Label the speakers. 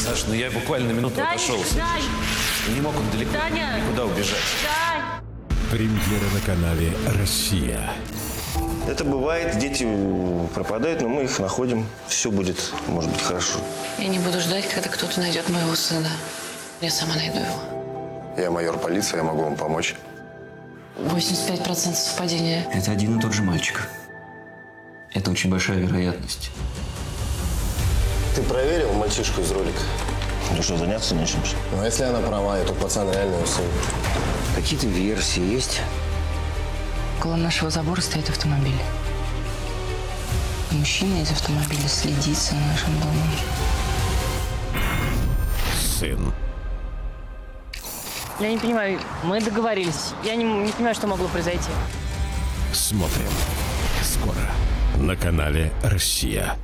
Speaker 1: Саш, ну я буквально на минуту
Speaker 2: Даня,
Speaker 1: отошел.
Speaker 2: Даня,
Speaker 1: Я не мог он далеко
Speaker 2: Даня!
Speaker 1: куда убежать.
Speaker 2: Даня!
Speaker 3: Премьера на канале «Россия».
Speaker 4: Это бывает, дети пропадают, но мы их находим. Все будет, может быть, хорошо.
Speaker 5: Я не буду ждать, когда кто-то найдет моего сына. Я сама найду его.
Speaker 6: Я майор полиции, я могу вам помочь.
Speaker 5: 85% совпадения.
Speaker 7: Это один и тот же мальчик. Это очень большая вероятность.
Speaker 6: Ты проверил мальчишку из ролика?
Speaker 4: Ну что, заняться нечем? что ли?
Speaker 6: Ну, а если она права, это пацан реально его сын.
Speaker 7: Какие-то версии есть?
Speaker 5: Около нашего забора стоит автомобиль. Мужчина из автомобиля следит за нашим домом.
Speaker 3: Сын.
Speaker 2: Я не понимаю, мы договорились. Я не, не понимаю, что могло произойти.
Speaker 3: Смотрим. Скоро. На канале «Россия».